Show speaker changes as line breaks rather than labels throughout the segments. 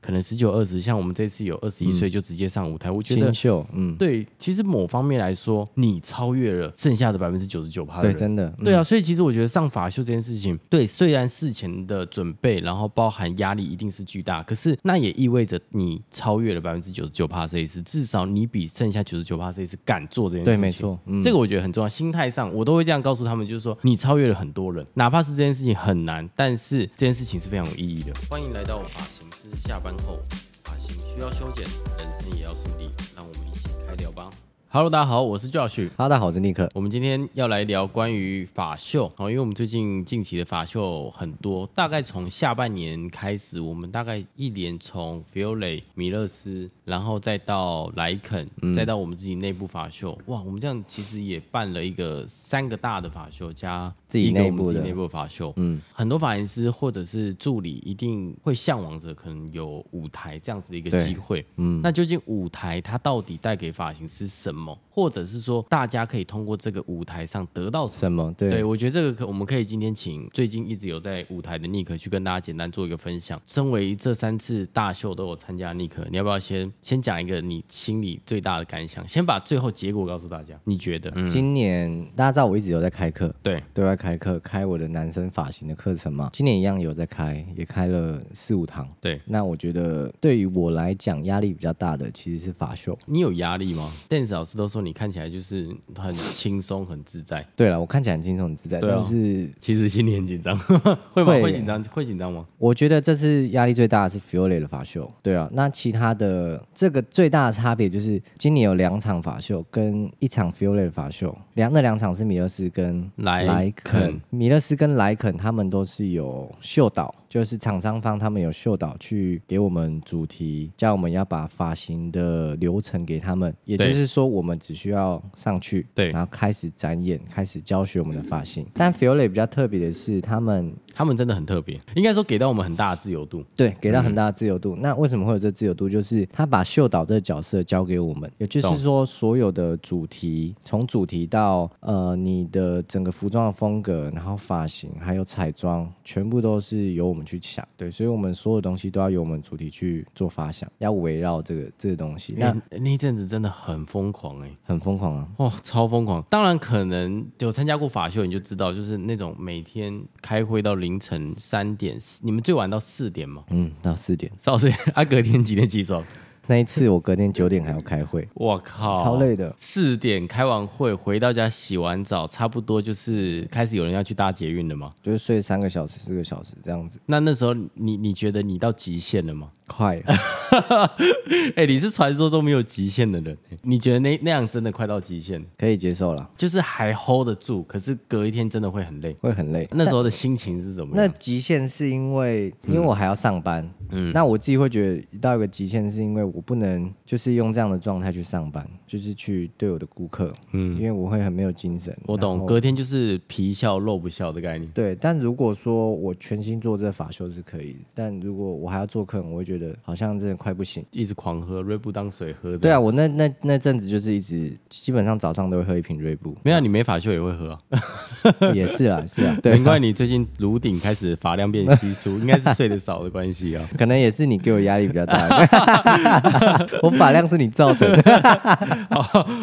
可能十九二十，像我们这次有二
嗯
十一岁就直接上舞台，我觉得
新秀，嗯，
对，其实某方面来说，你超越了剩下的百分之九十九趴的
对，
人。
真的，嗯
对啊，所以其实我觉得上法秀这件事情，对，虽然事前的准备，然后包含压力一定是巨大，可是那也意味着你超越了百分之九十九趴这一次，至少你比剩下九十九趴这一次敢做这件事情。
对，没错，嗯，
这个我觉得很重要，心态上我都会这样告诉他们，就是说你超越了很多人，哪怕是这件事情很难，但是这件事情是非常有意义的。欢迎来到发型师下班后，发型需要修剪，人生也要梳理，让我们一起开聊吧。Hello，大家好，我是 Josh。
哈喽大家好，我是尼克，
我们今天要来聊关于法秀哦，因为我们最近近期的法秀很多，大概从下半年开始，我们大概一连从 Fiole、米勒斯，然后再到莱肯，再到我们自己内部法秀，哇，我们这样其实也办了一个三个大的法秀加
自己
一个我
内
们
部的
自己内部的法秀，嗯，很多发型师或者是助理一定会向往着可能有舞台这样子的一个
对
机会，嗯，那究竟舞台它到底带给发型师什么，或者是说大家可以通过这个舞台上得到什么？
什么？
对，
对，
我觉得这个可我们可以今天请最近一直有在舞台的 Nick 去跟大家简单做一个分享。身为这三次大秀都有参加的 Nick，你要不要先先讲一个你心里最大的感想？先把最后结果告诉大家，你觉得？嗯，
今年大家知道我一直有在开课，
对，
对外开课，开我的男生发型的课程嘛，今年一样有在开，也开了四五堂。
对
那我觉得对于我来讲，压力比较大的其实是法秀。
你有压力吗？Dance 老师都说你看起来就是很轻松、很自在，
对了，我看起来很轻松很自在，
对啊
但是
其实心里很紧张， 会吗？
会
会紧张？会紧张吗？
我觉得这次压力最大的是 Fiore 的法秀。对啊，那其他的这个最大的差别就是今年有两场法秀跟一场 Fiore 的法秀，两那两场是米勒斯跟
莱肯
肯，米勒斯跟莱肯他们都是有秀导，就是厂商方他们有秀导去给我们主题，叫我们要把发型的流程给他们，也就
对
是说我们只需要上去，
对
然后开始展演，开始教学我们的发型。但 Fiore 比较特别的是他们
他们真的很特别，应该说给到我们很大的自由度。
对，给到很大的自由度。那为什么会有这自由度？就是他把秀导这个角色交给我们，也就
懂
是说，所有的主题，从主题到呃你的整个服装的风格，然后发型，还有彩妆，全部都是由我们去想。对，所以我们所有东西都要由我们主题去做发想，要围绕这个这个东西。那
那那一阵子真的很疯狂哎、
很疯狂啊！
哦，超疯狂！当然，可能有参加过法秀，你就知道，就是那种每天开会到凌晨三点，你们最晚到四点吗？
嗯，到四点
少岁，啊，隔天几点起床？
那一次，我隔天九点还要开会，
我靠，
超累的。
四点开完会回到家，洗完澡，差不多就是开始有人要去搭捷运了嘛。
就是睡三个小时、四个小时这样子，
那那时候你你觉得你到极限了吗？
快了。
哎、你是传说中没有极限的人、欸你觉得那那样真的快到极限，
可以接受了，
就是还 hold 得住，可是隔一天真的会很累。
会很累。
那时候的心情是怎么
那
样？
极限是因为，因为我还要上班，嗯，那我自己会觉得到一个极限，是因为我不能就是用这样的状态去上班，就是去对我的顾客，嗯，因为我会很没有精神。
我
然
懂，
后
隔天就是皮笑肉不笑的概念。
对，但如果说我全心做这法修是可以的，但如果我还要做客人，我会觉得好像真的快不行。
一直狂喝瑞布当水喝的，，
对啊，我那那那阵子就是一直基本上早上都会喝一瓶瑞 布
没有你没法秀也会喝、啊，
也是啦，是啊，对
难，怪你最近颅顶开始发量变稀 疏，应该是睡得少的关系啊。
可能也是你给我压力比较大， 我发量是你造成的。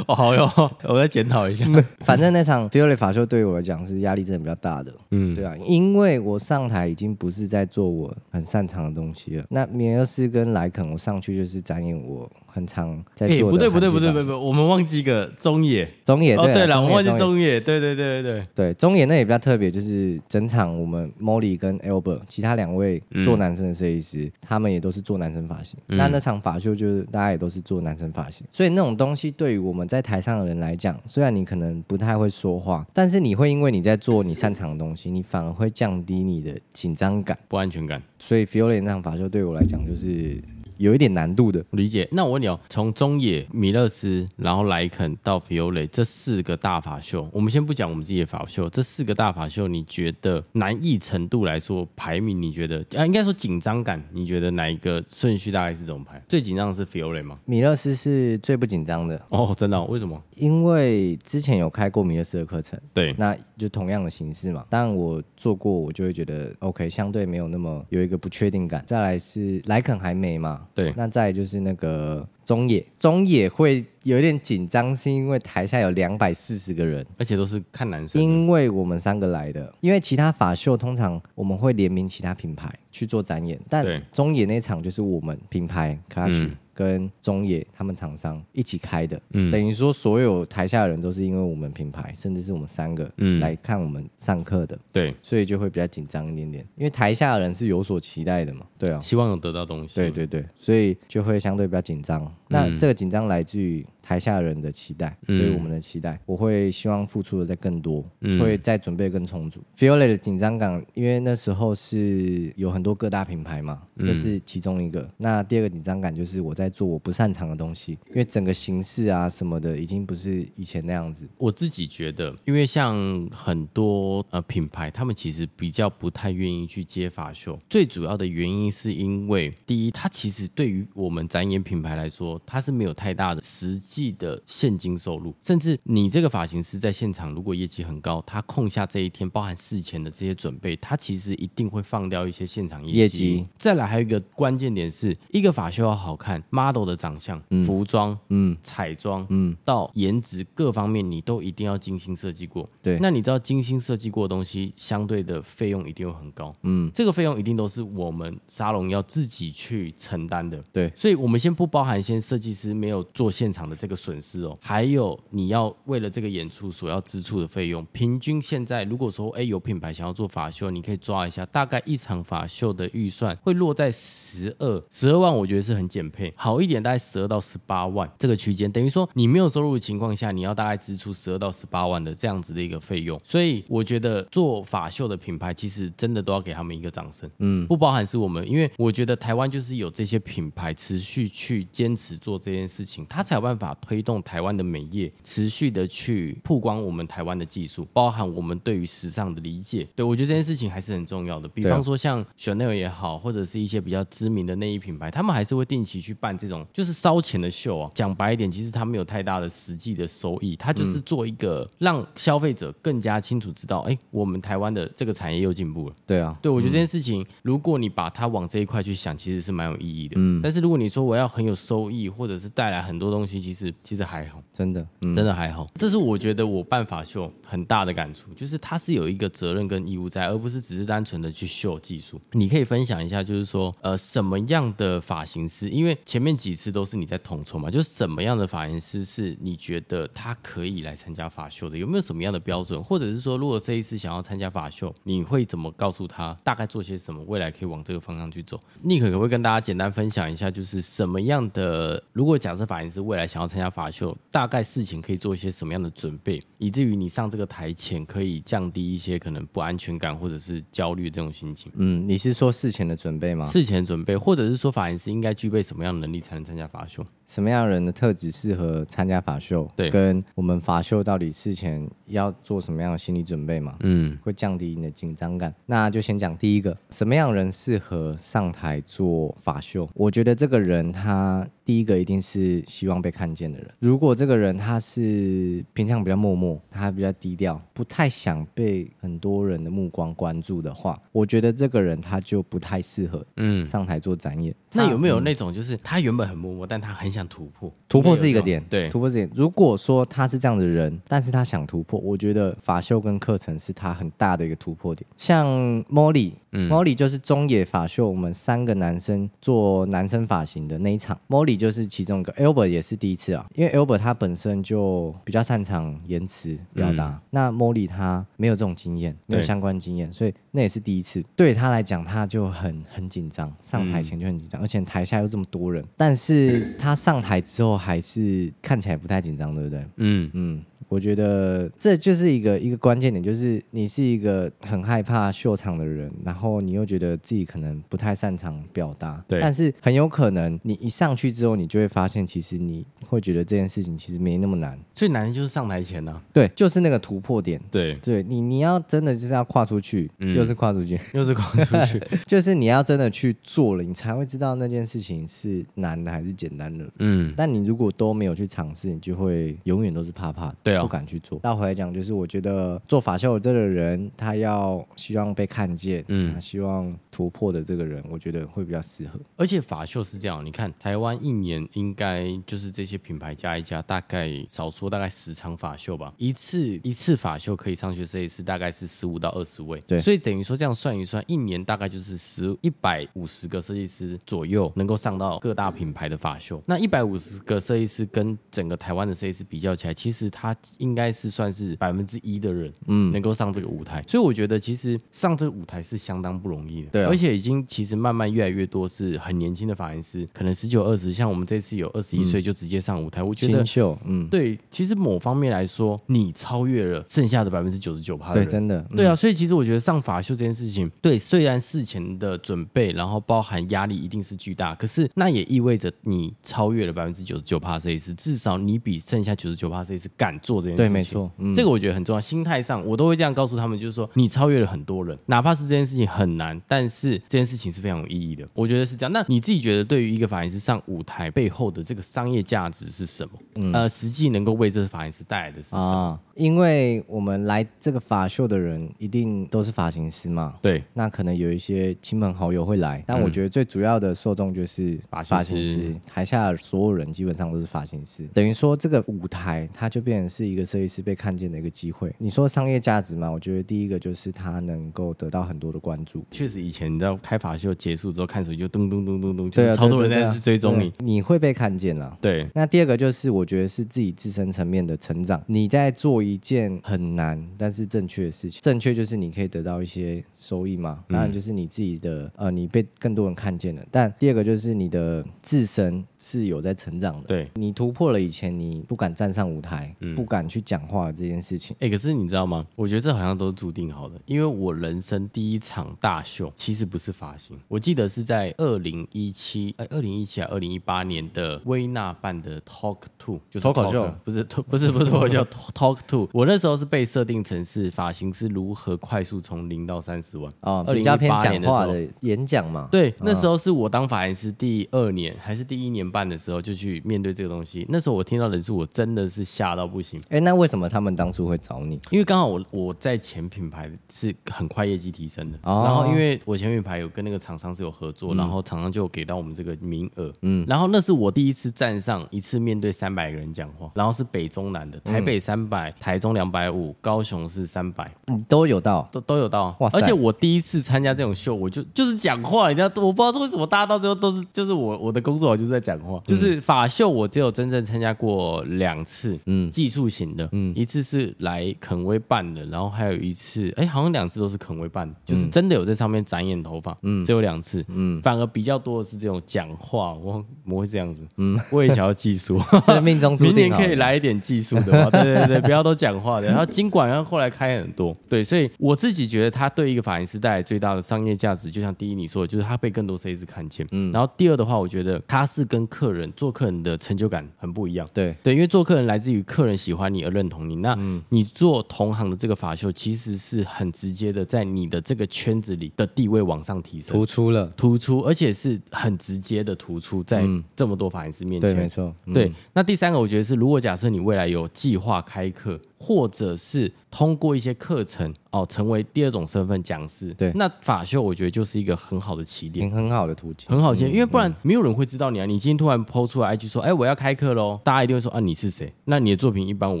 哦，好哟，我再检讨一 下。
反正那场 Fiore 法秀对于我来讲是压力真的比较大的，嗯，对啊，因为我上台已经不是在做我很擅长的东西了。那米尔斯跟莱肯，我上去就是展演我很常在
哎、
做的。
不对不对不对不对，不，对我们忘记一个中野。
中野
哦，
对啊
对了，我们
中野
忘记
中野
中野，对对对对对，
对中野那也比较特别，就是整场我们 Molly 跟 Albert 其他两位做男生的设计师，他们也都是做男生发型。那那场法秀就是大家也都是做男生发型，所以那种东西对于我们在台上的人来讲，虽然你可能不太会说话，但是你会因为你在做你擅长的东西，你反而会降低你的紧张感。
不安全感，
所以 Fiore 那场法秀对我来讲就是有一点难度的。
我理解。那我问聊从中野、米勒斯，然后莱肯到 Fiore 这四个大法秀，我们先不讲我们自己的法秀，这四个大法秀，你觉得难易程度来说排名，你觉得啊，应该说紧张感，你觉得哪一个顺序大概是怎么排？最紧张的是 Fiore 吗？
米勒斯是最不紧张的，
哦，真的哦、为什么？
因为之前有开过米勒斯的课程，
对，
那就同样的形式嘛。但我做过，我就会觉得 OK，相对没有那么有一个不确定感。再来是莱肯还没嘛，
对
那再来就是那个中野，中野会有点紧张，是因为台下有两百四十个人。
而且都是看男生的，
因为我们三个来的，因为其他法秀通常我们会联名其他品牌去做展演，但
对
中野那场就是我们品牌 Clutch、
嗯
跟中野他们厂商一起开的，
嗯
等于说所有台下的人都是因为我们品牌，甚至是我们三个
嗯
来看我们上课的，
对，
所以就会比较紧张一点点，因为台下的人是有所期待的嘛，对啊，
希望有得到东西，
对对对，所以就会相对比较紧张。那这个紧张来自于台下人的期待，
嗯
对于我们的期待，我会希望付出的再更多，
嗯
会再准备更充足。Fiole 的紧张感，因为那时候是有很多各大品牌嘛，这是其中一个。那第二个紧张感就是我在做我不擅长的东西，因为整个形式啊什么的已经不是以前那样子。
我自己觉得，因为像很多呃品牌，他们其实比较不太愿意去接法秀，最主要的原因是因为第一，它其实对于我们展演品牌来说，它是没有太大的实际的现金收入，甚至你这个发型师在现场如果业绩很高，他空下这一天包含事前的这些准备，他其实一定会放掉一些现场业
业
绩。
绩
再来还有一个关键点是，一个发秀要好看，model 的长相、服装、嗯、彩妆、嗯，到颜值各方面，你都一定要精心设计过。
对
那你知道精心设计过的东西，相对的费用一定会很高。嗯，这个费用一定都是我们沙龙要自己去承担的。
对
所以我们先不包含先设计师没有做现场的这个损失哦，还有你要为了这个演出所要支出的费用，平均现在如果说哎有品牌想要做法秀，你可以抓一下，大概一场法秀的预算会落在十二十二万，我觉得是很减配，好一点大概十二到十八万这个区间，等于说你没有收入的情况下，你要大概支出十二到十八万的这样子的一个费用，所以我觉得做法秀的品牌其实真的都要给他们一个掌声，嗯，不包含是我们，因为我觉得台湾就是有这些品牌持续去坚持做这件事情，它才有办法推动台湾的美业持续的去曝光我们台湾的技术，包含我们对于时尚的理解。对我觉得这件事情还是很重要的。比
对啊
方说像 Chanel 也好，或者是一些比较知名的内衣品牌，他们还是会定期去办这种就是烧钱的秀啊。讲白一点，其实它没有太大的实际的收益，它就是做一个让消费者更加清楚知道，哎，我们台湾的这个产业又进步了。
对啊，
对，我觉得这件事情，如果你把它往这一块去想，其实是蛮有意义的。嗯，但是如果你说我要很有收益，或者是带来很多东西，其实其实还好，
真的，嗯，
真的还好。这是我觉得我办法秀很大的感触，就是它是有一个责任跟义务在，而不是只是单纯的去秀技术。你可以分享一下，就是说，呃，什么样的发型师？因为前面几次都是你在统筹嘛，就是什么样的发型师是你觉得他可以来参加法秀的？有没有什么样的标准？或者是说，如果设计师想要参加法秀，你会怎么告诉他大概做些什么，未来可以往这个方向去走？尼克可不可以跟大家简单分享一下，就是什么样的？如果假设发型师未来想要参加法秀，大概事情可以做一些什么样的准备，以至于你上这个台前可以降低一些可能不安全感或者是焦虑这种心情？
嗯，你是说事前的准备吗？
事前准备，或者是说发型师应该具备什么样的能力才能参加法秀？
什么样的人的特质适合参加法秀？
对
跟我们法秀到底事前要做什么样的心理准备嘛？
嗯
会降低你的紧张感。那就先讲第一个，什么样的人适合上台做法秀？我觉得这个人他第一个一定是希望被看见的人。如果这个人他是平常比较默默，他比较低调，不太想被很多人的目光关注的话，我觉得这个人他就不太适合
嗯。
上台做展演。
那有没有那种就是他原本很默默，但他很想突破？
嗯突破是一个点，
对
突破是一个点。如果说他是这样的人，但是他想突破，我觉得法秀跟课程是他很大的一个突破点。像 Molly，Molly、就是中野法秀，我们三个男生做男生发型的那一场，Molly 就是其中一个，Albert 也是第一次啊，因为 Albert 他本身就比较擅长言辞表达，那 Molly 他没有这种经验，没有
对
相关经验，所以那也是第一次，对他来讲他就很很紧张，上台
嗯
前就很紧张，而且台下又这么多人，但是他上台之后还是看起来不太紧张，对不对？
嗯，
嗯，我觉得这就是一个一个关键点，就是你是一个很害怕秀场的人，然后你又觉得自己可能不太擅长表达，
对
但是很有可能你一上去之后，你就会发现，其实你会觉得这件事情其实没那么难，
最难的就是上台前呢、啊
对，就是那个突破点。
对，
对你，你要真的就是要跨出去，
嗯
又是跨出去，
又是跨出去，
就是你要真的去做了，你才会知道那件事情是难的还是简单的。
嗯，
但你如果都没有去尝试，你就会永远都是怕怕的，
对啊
不敢去做。倒回来讲，就是我觉得做法秀的这个人，他要希望被看见，
嗯
嗯，希望突破的这个人，我觉得会比较适合。
而且法秀是这样，你看台湾一年应该就是这些品牌加一加，大概少说大概十场法秀吧，一次一次法秀可以上去设计师大概是十五到二十位，
对
所以等于说这样算一算，一年大概就是十一百五十个设计师左右能够上到各大品牌的法秀。那一百五十个设计师跟整个台湾的设计师比较起来，其实他应该是算是百分之一的人，嗯，能够上这个舞台。所以我觉得其实上这个舞台是相当不容易的，
对啊
而且。而且已经其实慢慢越来越多是很年轻的发型师，可能十九二十，像我们这次有二十一岁就直接上舞台，我觉得
嗯新秀，嗯，
对，其实某方面来说，你超越了剩下的百分之九十九趴的
对，
人。
真的，嗯
对啊，所以其实我觉得上法秀这件事情，对，虽然事前的准备，然后包含压力一定是巨大，可是那也意味着你超越了百分之九十九趴设计师，至少你比剩下九十九趴设计师敢做这件事情。
对没错嗯
这个我觉得很重要。心态上，我都会这样告诉他们，就是说你超越了很多人，哪怕是这件事情很难，但是这件事情是非常有意义的。我觉得是这样。那你自己觉得，对于一个发型师上舞台背后的这个商业价值是什么？呃，实际能够为这个发型师带来的是什么？
啊，因为我们来这个法秀的人，一定都是发型师嘛，
对，
那可能有一些亲朋好友会来，但我觉得最主要的受众就是
发型师
嗯师，台下的所有人基本上都是发型师，等于说这个舞台它就变成是一个设计师被看见的一个机会。你说商业价值嘛，我觉得第一个就是它能够得到很多的关注。
确实，以前你知道开法秀结束之后看手机就咚咚咚咚咚，就
对啊，
是超多人
对对
在
对啊
去追踪你。
对你会被看见啊啦、
对，
那第二个就是，我觉得是自己自身层面的成长。你在做一件很难但是正确的事情，正确就是你可以得到一些收益嘛。当然
嗯
就是你自己的，呃，你被更多人看见了。但第二个就是你的自身是有在成长的。
对，嗯
你突破了以前你不敢站上舞台、不敢去讲话的这件事情。
哎、可是你知道吗？我觉得这好像都是注定好的，因为我人生第一场大秀其实不是发型，我记得是在二零一七，哎，二零一七啊，二零一八年的薇娜办的 Talk Two，就是
脱口秀
Talk，不是脱不是不是脱口秀 Talk Two，我那时候是被设定成是发型是如何快速从零到三十万
哦，
2018
比较偏讲
年的时
话
候
的演讲嘛，
对，那时候是我当发型师第二年还是第一年半的时候就去面对这个东西。那时候我听到的是我真的是吓到不行，
哎，那为什么他们当初会找你？
因为刚好我我在前品牌是很快业绩提升的，
哦
然后因为我前品牌有跟那个厂商是有合作，然后厂商就有给到我们这个名额，嗯，然后那是我第一次站上一次面对三百个人讲话，然后是北中南的，台北三百、台中两百五，高雄是三百，
你都有到，
都都有到，
哇塞
而且我第一次参加这种秀，我就就是讲话，人家我不知道为什么大家到最后都是就是我我的工作我就是在讲话，就是法秀我只有真正参加过两次，嗯，技术型的，嗯，一次是来肯威办的，然后还有一次，哎，好像两次都是肯威办的，就是真的有在上面展演头发，嗯嗯，只有两次，嗯，反而比较多的是这种讲话，我我会这样子，嗯，我也想要技术。
这是命中注
明
定
年
好
可以
了。
来一点技术的嘛？对对对，不要都讲话的。然后尽管然后后来开很多，对，所以我自己觉得它对一个发型师带来最大的商业价值，就像第一你说的，就是它被更多设计师看见。嗯，然后第二的话，我觉得它是跟客人做客人的成就感很不一样。
对，
对，因为做客人来自于客人喜欢你而认同你，那你做同行的这个法秀，其实是很直接的，在你的这个圈子里的地位往上提升。
突出了，
突出，而且是很直接的突出，在这么多发型师面前，
对，没错，嗯
对，那第三个我觉得是，如果假设你未来有计划开课，或者是通过一些课程哦，成为第二种身份讲师，
对
那法秀我觉得就是一个很好的起点。
很很好的途径。
很好接，因为不然没有人会知道你啊！你今天突然抛出来 IG 说，哎，我要开课喽，大家一定会说啊，你是谁？那你的作品一般，我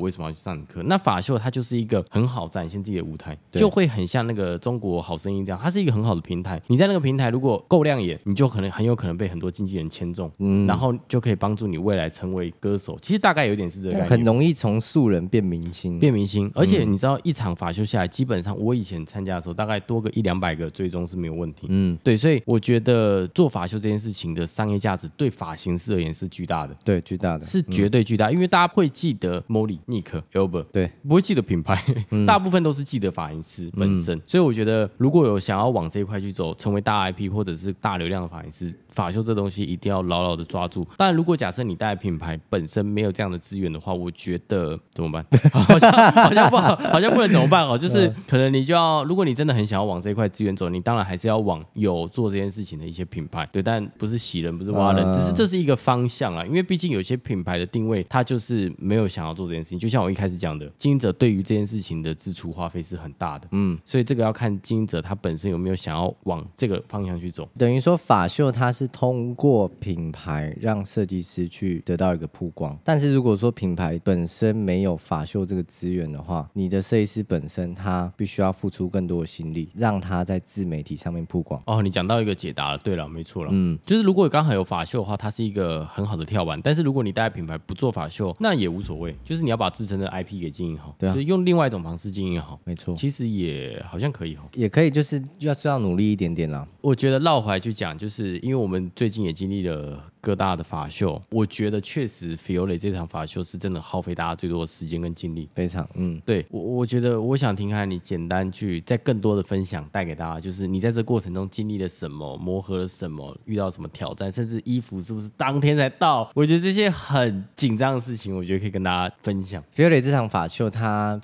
为什么要去上你课？那法秀它就是一个很好展现自己的舞台，
对
就会很像那个中国好声音这样，它是一个很好的平台。你在那个平台如果够亮眼，你就可能很有可能被很多经纪人签中，然后就可以帮助你未来成为歌手。其实大概有点是这个概
很
念。
容易从素人变明星。星，
变明星，而且你知道，一场法秀下来，基本上我以前参加的时候，大概多个一两百个追踪是没有问题。
嗯，
对，所以我觉得做法秀这件事情的商业价值对发型师而言是巨大的，
对，巨大的，
是绝对巨大，因为大家会记得 Molly、Nick、Albert，
对，
不会记得品牌，大部分都是记得发型师本身。所以我觉得，如果有想要往这一块去走，成为大 IP 或者是大流量的发型师，法秀这东西一定要牢牢的抓住。但如果假设你带的品牌本身没有这样的资源的话，我觉得怎么办？ 好像好像不好，好像不能怎么办哦。就是可能你就要，如果你真的很想要往这一块资源走，你当然还是要往有做这件事情的一些品牌，对，但不是洗人，不是挖人，
嗯
只是这是一个方向啊。因为毕竟有些品牌的定位，它就是没有想要做这件事情。就像我一开始讲的，经营者对于这件事情的支出花费是很大的，嗯，所以这个要看经营者他本身有没有想要往这个方向去走。
等于说法秀它是通过品牌让设计师去得到一个曝光，但是如果说品牌本身没有法秀这个资源的话，你的设计师本身他必须要付出更多的心力，让他在自媒体上面曝光。
哦，你讲到一个解答了。对了，没错了。嗯，就是如果刚好有法秀的话，它是一个很好的跳板。但是如果你带品牌不做法秀，那也无所谓。就是你要把自身的 IP 给经营好，
对啊
就是用另外一种方式经营好，
没错，
其实也好像可以哦。
也可以就是要是要努力一点点啦。
我觉得绕回来去讲，就是因为我们最近也经历了各大的法秀，我觉得确实 Fiore 这场法秀是真的耗费大家最多的时间跟精力。
非常，嗯，
对我，我觉得我想听看你简单去再更多的分享，带给大家，就是你在这过程中经历了什么，磨合了什么，遇到什么挑战，甚至衣服是不是当天才到？我觉得这些很紧张的事情，我觉得可以跟大家分享。
f i o r 这场法秀它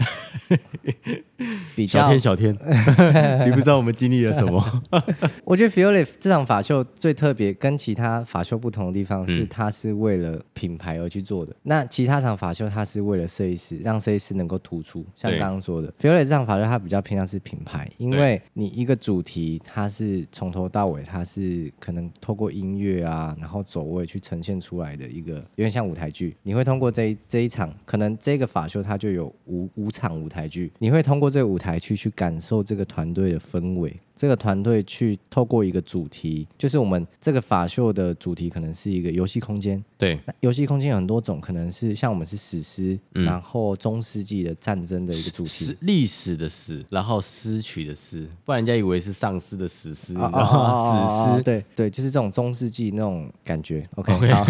比
小
较
天，小 天，你不知道我们经历了什么？
我觉得 f i o r 这场法秀最特别，跟其他法秀不同的地方是，它是为了品牌而去做的。那其他场法秀，它是为了设计师，让设计师能够突出。像
对
刚刚说的 f i o r 这场法秀，它比较偏向是品牌，因
对
为你一个主题，它是从头到尾，它是可能透过音乐啊，然后走位去呈现出来的一个，有点像舞台剧。你会通过这一这一场，可能这个法秀它就有五五场舞台剧，你会通过这个舞台剧去感受这个团队的氛围。这个团队去透过一个主题，就是我们这个法秀的主题可能是一个游戏空间，
对，
那游戏空间有很多种，可能是像我们是史诗，然后中世纪的战争的一个主题，
是历史的史，然后失去的失，不然人家以为是丧尸的史诗，然
哦哦
后
哦
史诗。
对对，就是这种中世纪那种感觉。OK，, 好，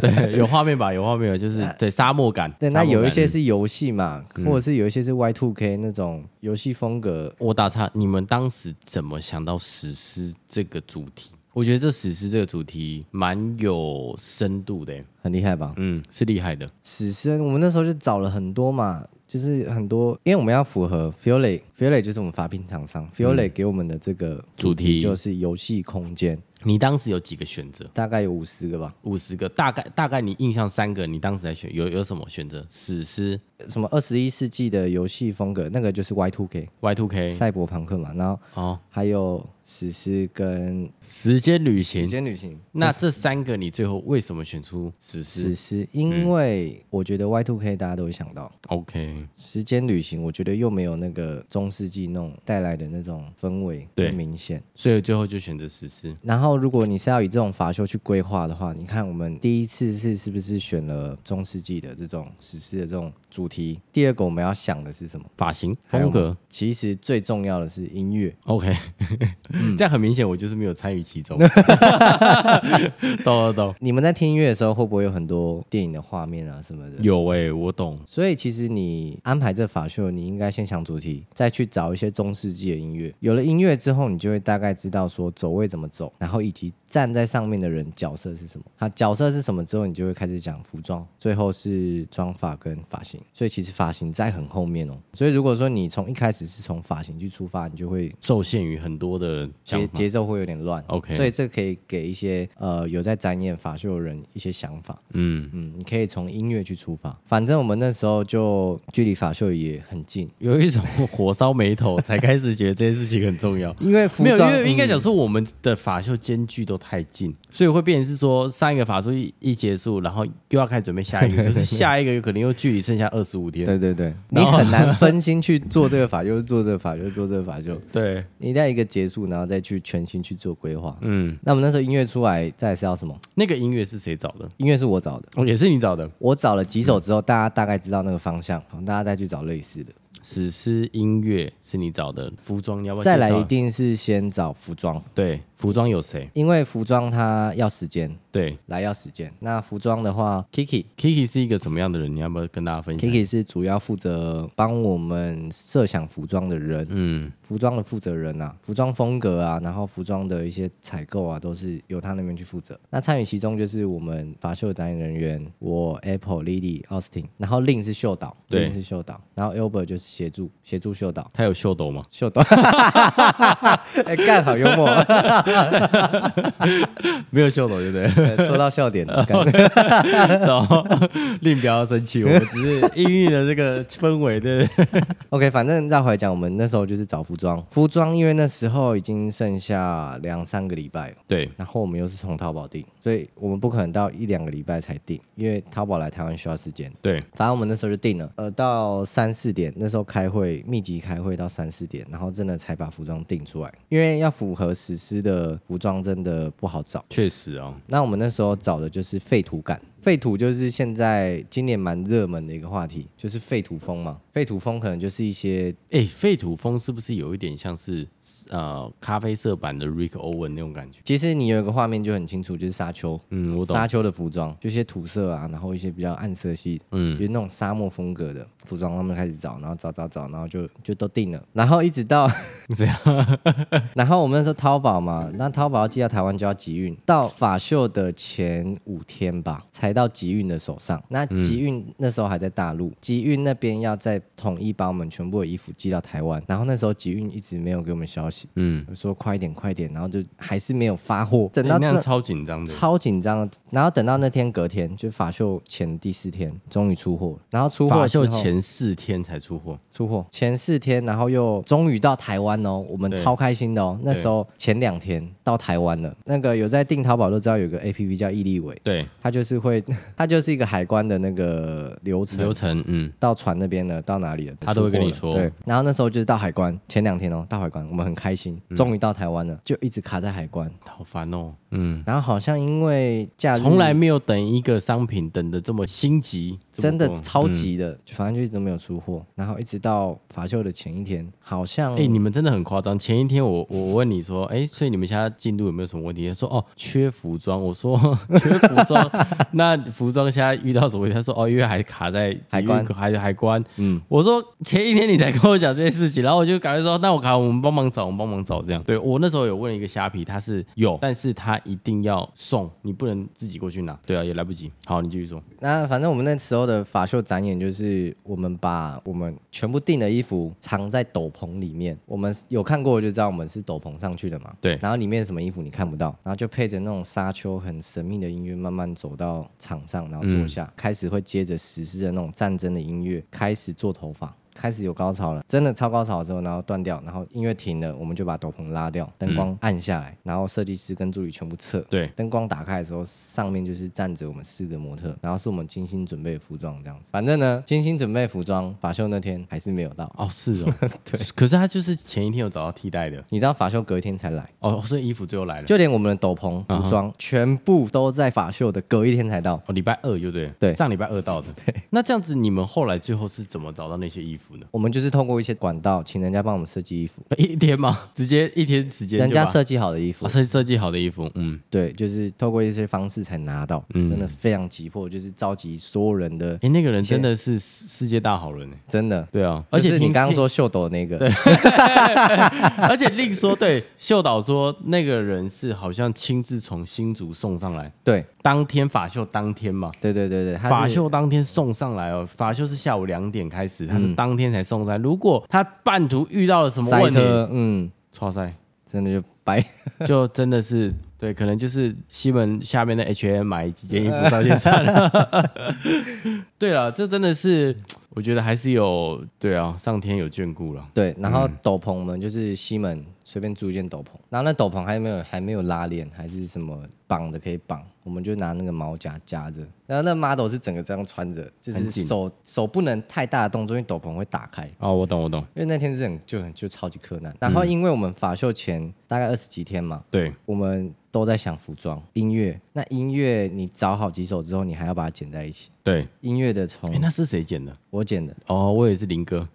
对，有画面吧？有画面吧，就是对沙漠感。
啊对，那
沙漠
有一
感
些是游戏嘛，或者是有一些是 Y Two K 那种游戏风格。
我打岔，你们当时怎么想到史诗这个主题？我觉得这史诗这个主题蛮有深度的耶，
很厉害吧？
嗯，是厉害的。
史诗，我们那时候就找了很多嘛，就是很多，因为我们要符合 Fiole，Fiole 就是我们发品厂商，Fiole 给我们的这个
主题
就是游戏空间，
你当时有几个选择？
大概有五十个吧，
五十个，大概大概你印象三个，你当时在选有有什么选择？史诗、
什么二十一世纪的游戏风格，那个就是 Y Two K
Y Two K，
赛博朋克嘛，然后
哦，
还有史诗跟
时间旅
时
行。
间旅行。
那这三个你最后为什么选出史
史
诗
诗，因为我觉得 Y Two K 大家都会想到
？OK，
时间旅行，我觉得又没有那个中世纪那种带来的那种氛围
对
更明显。
所以最后就选择史诗。
然后，如果你是要以这种法修去规划的话，你看我们第一次是是不是选了中世纪的这种史诗的这种主题？第二个我们要想的是什么？
发型
还有
风
我们
格
其实最重要的是音乐，
，OK，这样很明显我就是没有参与其 中。懂了懂。
你们在听音乐的时候，会不会有很多电影的画面啊什么的？
有哎、我懂。
所以其实你安排这法秀，你应该先想主题，再去找一些中世纪的音乐。有了音乐之后，你就会大概知道说走位怎么走，然后以及站在上面的人角色是什么。他角色是什么之后，你就会开始讲服装，最后是妆发跟发型。所以其实发型在很后面哦。所以如果说你从一开始是从发型去出发，你就会
受限于很多的
节
想法。
节奏会有点乱。
OK
所以这可以给一些呃有在展演法秀的人一些想法。
嗯，
嗯，你可以从音乐去出发。反正我们那时候就距离法秀也很近，
有一种火烧烧眉头，才开始觉得这件事情很重 要。
因为服
没有，因
装
为应该
嗯
讲说我们的法秀间距都太近，嗯所以会变成是说上一个法术一一结束，然后又要开始准备下 一个，可是下一个有可能又距离剩下二十五天。
对 对对，你很难分心去做这个法修，做这个法修，做这个法修。
对，
你在一个结束，然后再去全心去做规划。
嗯，
那我们那时候音乐出来，再来是要什么？
那个音乐是谁找的？
音乐是我找的，
哦，也是你找的。
我找了几首之后，大家大概知道那个方向，好，大家再去找类似的。
史诗音乐是你找的，服装你要不要
再来
介绍
一？定是先找服装，
对，服装有谁？
因为服装它要时间，
对
来要时间。那服装的话，Kiki。
，Kiki 是一个什么样的人？你要不要跟大家分享？
Kiki 是主要负责帮我们设想服装的人，
嗯，
服装的负责人啊，服装风格啊，然后服装的一些采购啊，都是由他那边去负责。那参与其中就是我们法秀展演人员，我 Apple、Lily、Austin，然后令是秀导，
对
令是秀导，然后 Albert 就是协助协助秀导。
他有秀斗吗？
秀导， 哎、干好幽 默，
没有秀斗，对不 对？哦
说到 笑点了。干
然后令不要生气，我们只是音译的这个氛围，对不对？
OK，反正绕回来讲，我们那时候就是找服装，服装因为那时候已经剩下两三个礼拜了。
对，
然后我们又是从淘宝订，所以我们不可能到一两个礼拜才订，因为淘宝来台湾需要时间。
对，
反正我们那时候就定了，呃，到三四点那时候开会，密集开会到三四点，然后真的才把服装定出来，因为要符合实施的服装真的不好找。
确实哦，
那我们那时候找的就是废土感，废土就是现在今年蛮热门的一个话题，就是废土风嘛。废土风可能就是一些
哎，废土风是不是有一点像是呃咖啡色版的 Rick Owen 那种感觉？
其实你有一个画面就很清楚，就是沙丘，
嗯，我懂。
沙丘的服装，就一些土色啊，然后一些比较暗色系，嗯，
嗯
就那种沙漠风格的服装，他们开始找，然后找找找，然后就就都定了，然后一直到
这
样， 然后我们那时候淘宝嘛，那淘宝要寄到台湾就要集运，到法秀的前五天吧，才到集运的手上。那
嗯
集运那时候还在大陆，集运那边要再统一把我们全部的衣服寄到台湾，然后那时候集运一直没有给我们消息，
嗯，
我说快一点快一点，然后就还是没有发货，等
诶
到
哎那
这
样超紧张的，
超紧张的。然后等到那天隔天，就法秀前第四天，终于出货了。然后出货
法
之后
秀前四天才出货，
出货前四天，然后又终于到台湾哦，我们
对
超开心的哦。那时候前两天到台湾了，那个有在订淘宝都知道有个 A P P 叫易利伟，
对，
它就是会， 它就是一个海关的那个流程，
流程，嗯，
到船那边了，到哪里了，
他都会
出货
跟你
了
说
对，然后那时候就是到海关，前两天哦，到海关，我们很开心，终于到台湾了，就一直卡在海关。
好烦哦，嗯。
然后好像因为假日
从来没有等一个商品等的这么心急，这么嗯
真的
多
超级的，就反正就一直都没有出货，然后一直到法秀的前一天，好像
哎、你们真的很夸张。前一天我我问你说，哎、所以你们现在进度有没有什么问题？他说哦，缺服装。我说 缺服装， 那服装现在遇到什么问题？他说哦，因为还卡在
海关
还海关。
嗯
嗯，我说前一天你才跟我讲这些事情，然后我就赶快说，那我卡，我们帮忙找，我们帮忙找这样。对我那时候有问一个虾皮，他是有，但是他一定要送，你不能自己过去拿。对啊，也来不及。好，你继续说。
那反正我们那时候的法秀展演就是我们把我们全部订的衣服藏在斗篷里面，我们有看过就知道我们是斗篷上去的嘛，
对
然后里面什么衣服你看不到，然后就配着那种沙丘很神秘的音乐，慢慢走到场上，然后坐下，开始会接着实施的那种战争的音乐，开始做头发。开始有高潮了，真的超高潮之后，然后断掉，然后音乐停了，我们就把斗篷拉掉，灯光暗下来，然后设计师跟助理全部撤，
对，
灯光打开的时候，上面就是站着我们四个模特，然后是我们精心准备的服装这样子。反正呢，精心准备服装，法秀那天还是没有到。
哦，是 哦，对。可是他就是前一天有找到替代的。
你知道法秀隔一天才来，
哦，所以衣服最后来了。
就连我们的斗篷、
嗯
服装全部都在法秀的隔一天才到。
哦，礼拜二就对了，
对
上礼拜二到的。那这样子，你们后来最后是怎么找到那些衣服 呢？
我们就是透过一些管道，请人家帮我们设计衣服，
一天吗？直接一天时间就
人家
把
设计好的衣服
啊，设设计好的衣服，嗯，
对，就是透过一些方式才拿到，真的非常急迫，就是召集所有人的，
哎，那个人真的是世世界大好人哎。
真的。
对啊，而
而且
且
你
听
刚刚，说秀斗的那个，
听而且另说，对秀导说那个人是好像亲自从新竹送上来，
对
当天法秀当天嘛，
对对对对，他是
法秀当天送上来哦，法秀是下午两点开始，他是当天才送上来。如果他半途遇到了什么
塞
问题，
车，嗯，
超塞，
真的就白
就真的是 对，可能就是西门下面的 H M 啊买几件衣服上去算了。对了，这真的是我觉得还是有对啊，上天有眷顾了。
对，
嗯
然后斗篷我们就是西门随便租一件斗篷，然后那斗篷还没有还没有拉链，还是什么绑的可以绑，我们就拿那个毛夹夹着。然后那 model 是整个这样穿着，就
很
是
紧
手手不能太大的动作，因为斗篷会打开。
哦，我懂，我懂，
因为那天是很就很就超级柯南。然
嗯
后因为我们法秀前大概二十几天嘛，
对，
我们都在想服装、音乐。那音乐你找好几首之后，你还要把它剪在一起。
对。
音乐的从
哎、那是谁剪的？
我剪的，
哦，我也是林哥。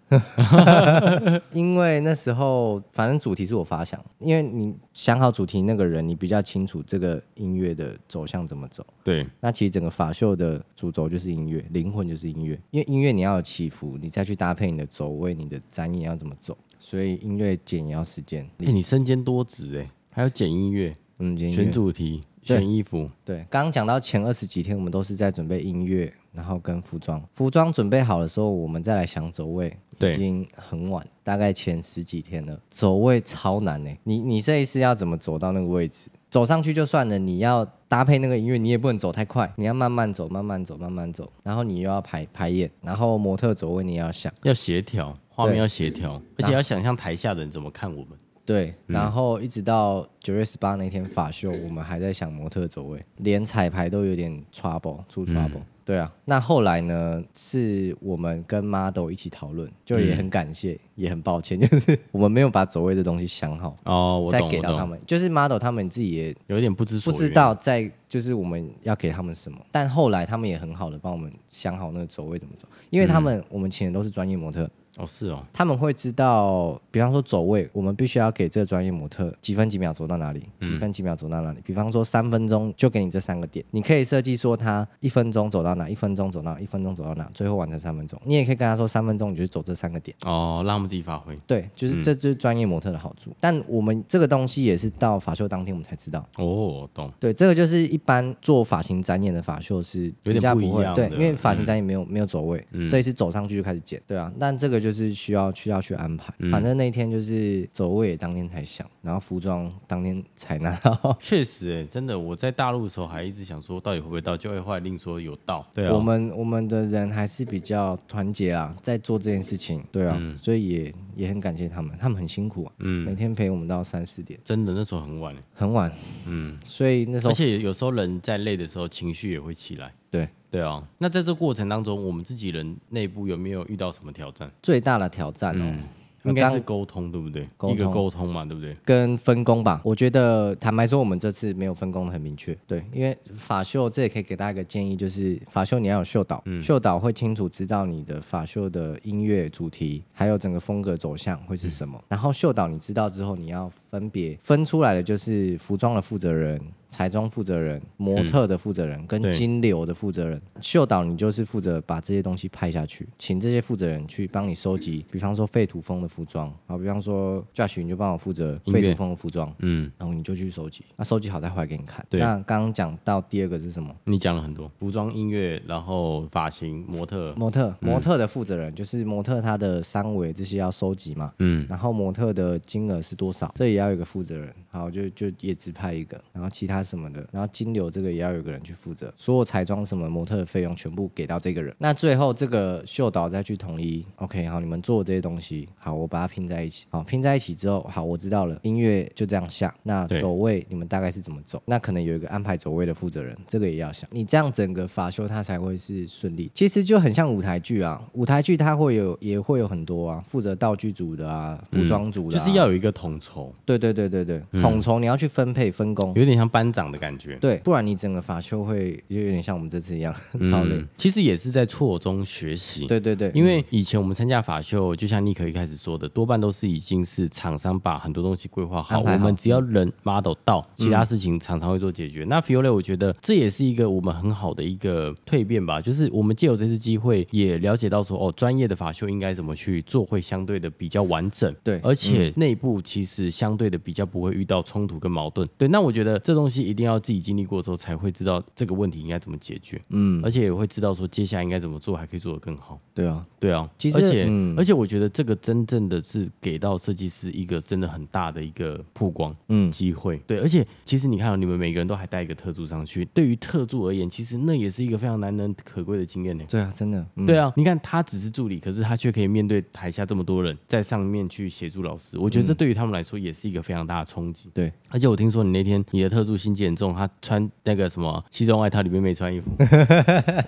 因为那时候反正主题是我发想，因为你想好主题那个人，你比较清楚这个音乐的走向怎么走。
对，
那其实整个法秀的主轴就是音乐，灵魂就是音乐，因为音乐你要有起伏，你再去搭配你的走位、你的展演要怎么走，所以音乐剪也要时间。
哎、你身兼多职哎、还要剪音乐、
嗯，剪音乐
选主题、
对
选衣服。
对，刚刚讲到前二十几天，我们都是在准备音乐，然后跟服装。服装准备好的时候，我们再来想走位，
对
已经很晚，大概前十几天了。走位超难呢、欸你你这一次要怎么走到那个位置？走上去就算了，你要搭配那个音乐，你也不能走太快，你要慢慢走，慢慢走，慢慢走。然后你又要排排演，然后模特走位你也要想。
要协调，画面
对
要协调，而且要想象台下的人怎么看我们。
对，
嗯
然后一直到九月十八那天法秀，我们还在想模特走位，连彩排都有点 trouble 出 trouble、对
嗯
啊，那后来呢？是我们跟 model 一起讨
嗯
论，就也很感谢，也很抱歉， 就是我们没有把走位这东西想好，
哦，我
再
懂，
给
我
到他
懂，
们。就是 model 他们自己也
有点不知
不
所
知
云。
道在就是我们要给他们什么，但后来他们也很好的帮我们想好那个走位怎么走，因为他们、
嗯
我们请的都是专业模特，
哦，是哦，
他们会知道，比方说走位，我们必须要给这个专业模特几分几秒走到哪里，几分几秒走到哪里。比方说三分钟就给你这三个点，你可以设计说他一分钟走到哪，一分钟走到哪，一分钟走到哪，最后完成三分钟。你也可以跟他说三分钟你就走这三个点。
哦，让他们自己发挥。
对，就是这就是专业模特的好处。但我们这个东西也是到法秀当天我们才知道。
哦，我懂，
对，这个就是一般做发型展演的发秀是
有点
比较
不
不
一
会
样
对，
的嗯
因为发型展演没有、没有走位，所以是走上去就开始剪，对啊。但这个就是需要需要去安排，
嗯
反正那天就是走位也当天才想，然后服装当天才拿到。
确实哎、真的，我在大陆的时候还一直想说，到底会不会到，就会后来另说有到。 对啊，
我们我们的人还是比较团结啊，在做这件事情，对啊，
嗯
所以也也很感谢他们，他们很辛苦啊，每天陪我们到三四点，
真的那时候很晚、欸，
很晚，嗯，所以那时
而
候
且有时候人在累的时候，情绪也会起来。
对
对啊，那在这过程当中，我们自己人内部有没有遇到什么挑战？
最大的挑战哦，我
嗯应该
刚
是沟通，对不对？
沟通
一个沟通嘛，对不对？
跟分工吧。我觉得坦白说，我们这次没有分工的很明确。对，因为法秀这也可以给大家一个建议，就是法秀你要有秀导，秀导会清楚知道你的法秀的音乐主题，还有整个风格走向会是什么。然后秀导你知道之后，你要分别分出来的就是服装的负责人。彩妆负责人、模特的负责人、跟
嗯对
金流的负责人，秀导你就是负责把这些东西拍下去，请这些负责人去帮你收
嗯
集，比方说废土风的服装，好，比方说 Josh 你就帮我负责
音乐
废土风的服装，
嗯，
然后你就去收集，那收集好再回来给你看。
对
那刚刚讲到第二个是什么？
你讲了很多，服装、音乐，然后发型、模特，
模特，模特的负责人、就是模特他的三围这些要收集嘛，
嗯，
然后模特的金额是多少，这也要有一个负责人，好就就也只派一个，然后其他什么的，然后金流这个也要有个人去负责，所有彩妆什么模特的费用全部给到这个人，那最后这个秀导再去统一，OK 好，你们做这些东西，好我把它拼在一起，好拼在一起之后，好我知道了，音乐就这样下，那
对
走位你们大概是怎么走，那可能有一个安排走位的负责人，这个也要想，你这样整个法修它才会是顺利，其实就很像舞台剧啊，舞台剧它会有也会有很多啊，负责道具组的啊，服装组的、
嗯就
啊
是要有一个统筹，
对对对对对，统筹你要去分配分工，
有点像班长的感觉。
哦对，不然你整个法修会就有点像我们这次一样 超累。
嗯，其实也是在错中学习。
对对对，
因为以前我们参加法秀，就像尼克一开始说的，多半都是已经是厂商把很多东西规划好，
安排好嗯
我们只要人 model 到，其他事情厂商会做解决。那 Fiole 我觉得这也是一个我们很好的一个蜕变吧，就是我们借由这次机会也了解到说，哦，专业的法秀应该怎么去做，会相对的比较完整。
对嗯
而且内部其实相对的比较不会遇到冲突跟矛盾。对，那我觉得这东西西一定要自己经历过之后，才会知道这个问题应该怎么解决。嗯，而且也会知道说接下来应该怎么做，还可以做得更好。
对啊，
对啊，
其实
而且、
嗯
而且我觉得这个真正的是给到设计师一个真的很大的一个曝光
嗯，
机会。对，而且其实你看、哦，你们每个人都还带一个特助上去，对于特助而言，其实那也是一个非常难能可贵的经验呢。
对啊，真的，嗯
对啊，你看他只是助理，可是他却可以面对台下这么多人，在上面去协助老师，我觉得这对于他们来说也是一个非常大的冲击。
嗯对，
而且我听说你那天你的特助心机很重，他穿那个什么西装外套，里面没 穿衣服。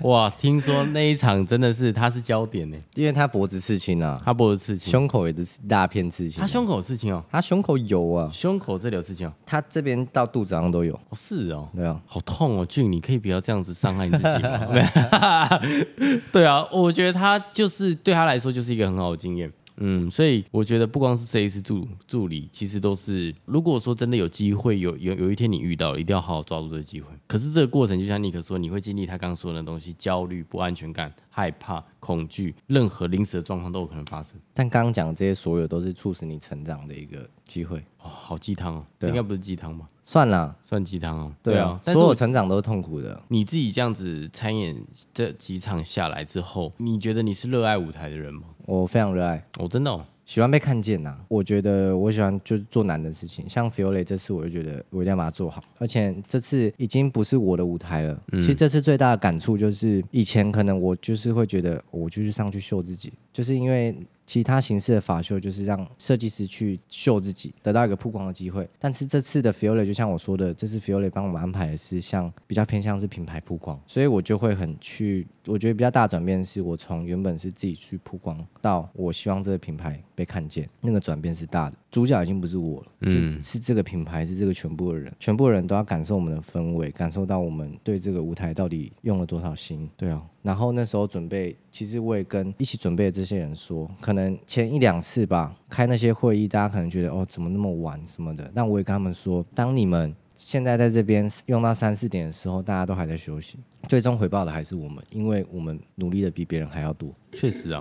哇，听说那一场真的是他是焦点呢，
因为他脖子刺青啊，
他脖子刺青，
胸口也是大片刺青
嗯他
啊，
胸口有刺青哦，
他胸口有啊，
胸口这里有刺青哦，
他这边到肚子上都有，
哦是哦。
对啊，
好痛哦，俊，你可以不要这样子伤害你自己吗 没 有？对啊，我觉得他就是对他来说就是一个很好的经验。嗯，所以我觉得不光是设计师助助理，其实都是如果说真的有机会，有有有一天你遇到了，一定要好好抓住这个机会。可是这个过程，就像尼克说，你会经历他刚刚说的那东西：焦虑、不安全感、害怕、恐惧，任何临时的状况都有可能发生。
但刚刚讲的这些所有都是促使你成长的一个机会，
哦，好鸡汤哦，这
对啊
应该不是鸡汤吧？
算啦，
算鸡汤哦。
对
啊
啊，，
但
所
是我
有成长都是痛苦的，
你自己这样子参演这几场下来之后，你觉得你是热爱舞台的人吗？
我非常热爱。
我、真的、哦，
喜欢被看见呐、我觉得我喜欢就是做难的事情，像 Fiole 这次我就觉得我一定要把它做好，而且这次已经不是我的舞台了。其实这次最大的感触就是，以前可能我就是会觉得我就是上去秀自己，就是因为其他形式的法秀就是让设计师去秀自己，得到一个曝光的机会。但是这次的 Fiole 就像我说的，这次 Fiole 帮我们安排的是像比较偏向是品牌曝光，所以我就会很去，我觉得比较大的转变是我从原本是自己去曝光，到我希望这个品牌被看见，那个转变是大的。主角已经不是我了，是是这个品牌，是这个全部的人，全部的人都要感受我们的氛围，感受到我们对这个舞台到底用了多少心。对啊，然后那时候准备，其实我也跟一起准备的这些人说，可能前一两次吧，开那些会议，大家可能觉得哦，怎么那么晚什么的，但我也跟他们说，当你们。现在在这边用到三四点的时候，大家都还在休息，最终回报的还是我们，因为我们努力的比别人还要多。
确实啊，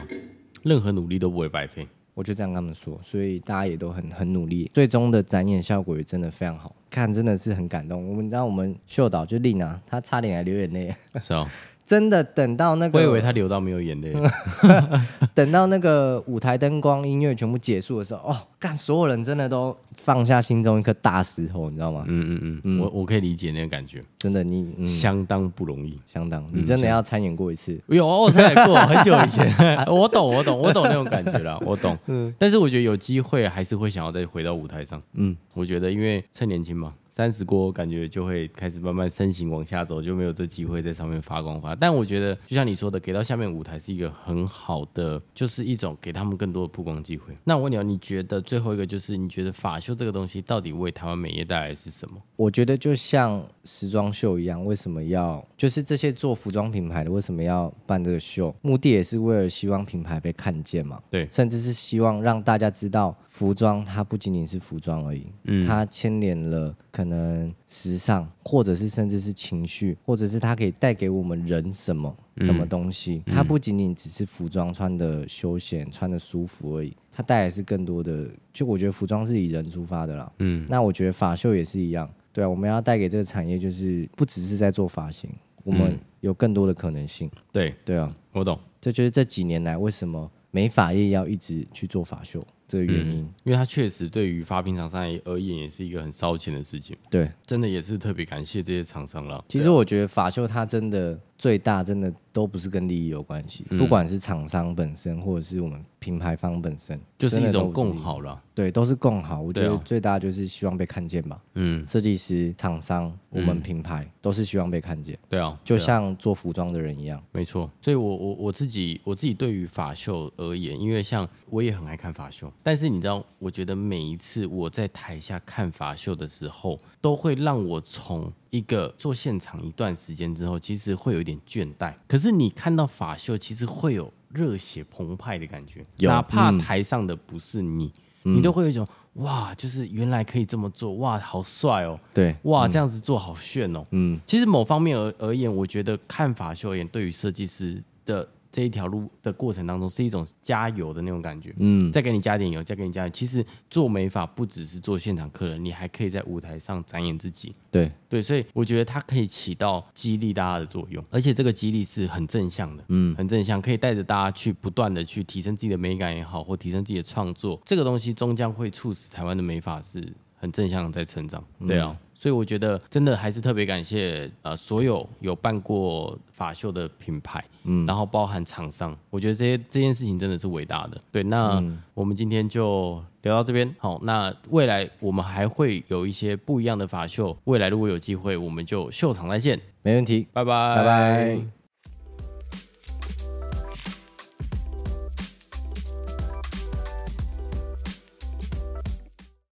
任何努力都不会白费。
我就这样跟他们说，所以大家也都很很努力，最终的展演效果也真的非常好看，真的是很感动。我们你知道我们秀导就丽娜，她差点来流眼泪，
是哦，
真的等到那
我嗯以为
个
他流到没有眼 泪。
等到那个舞台灯光音乐全部结束的时候，哦，干，所有人真的都放下心中一颗大石头，你知道吗？
嗯嗯嗯，我我可以理解那个感觉，
真的，你嗯，
相当不容易。
相当，
嗯
你真的要参演过一次，
有啊，我参演过很久以前，我懂，我懂，我懂那种感觉啦，我懂。但是我觉得有机会还是会想要再回到舞台上。嗯，我觉得因为趁年轻嘛，三十过后感觉就会开始慢慢身形往下走，就没有这机会在上面发光发。但我觉得就像你说的，给到下面舞台是一个很好的，就是一种给他们更多的曝光机会。那我问你哦，你觉得最后一个就是你觉得法秀这个东西到底为台湾美业带来的是什么？
我觉得就像时装秀一样，为什么要就是这些做服装品牌的为什么要办这个秀？目的也是为了希望品牌被看见嘛。
对
甚至是希望让大家知道，服装它不仅仅是服装而已，它牵连了可能时尚，或者是甚至是情绪，或者是它可以带给我们人什么、什么东西。它不仅仅只是服装穿的休闲、穿的舒服而已，它带来是更多的。就我觉得服装是以人出发的啦，嗯，那我觉得法秀也是一样，对啊，我们要带给这个产业就是不只是在做发型，我们有更多的可能性，
对
对啊。
我懂，
这就是这几年来为什么美发业要一直去做法秀这个原因。
因为它确实对于发品厂商而言也是一个很烧钱的事情。
对，
真的也是特别感谢这些厂商了。
其实我觉得法秀它真的最大，真的都不是跟利益有关系，
嗯
不管是厂商本身或者是我们品牌方本身，
就是一
真的都
种
不
共
利益。
好了。
对，都是共好。我觉
对
得
啊
最大就是希望被看见吧。
嗯，
设计师、厂商、我们品牌都是希望被看见，
对啊，
就
对啊
像做服装的人一样。
没错。所以我我我自己我自己对于法秀而言，因为像我也很爱看法秀，但是你知道，我觉得每一次我在台下看法秀的时候，都会让我从一个做现场一段时间之后，其实会有一点倦怠。可是你看到法秀，其实会有热血澎湃的感觉，
有嗯
哪怕台上的不是你，你都会有一种哇，就是原来可以这么做，哇，好帅哦。
对，
哇，这样子做嗯好炫哦。嗯，其实某方面而而言，我觉得看法秀而言，对于设计师的这一条路的过程当中是一种加油的那种感觉。
嗯，
再给你加点油，再给你加油。其实做美发不只是做现场客人，你还可以在舞台上展演自己。
对，
对，所以我觉得它可以起到激励大家的作用，而且这个激励是很正向的，嗯，很正向，可以带着大家去不断的去提升自己的美感也好，或提升自己的创作，这个东西终将会促使台湾的美发是很正向的在成长，对啊。所以我觉得真的还是特别感谢呃所有有办过法秀的品牌，嗯，然后包含厂商，我觉得这些这件事情真的是伟大的。对，那我们今天就聊到这边。好，那未来我们还会有一些不一样的法秀，未来如果有机会，我们就秀场再见。
没问题，
拜拜，
拜拜。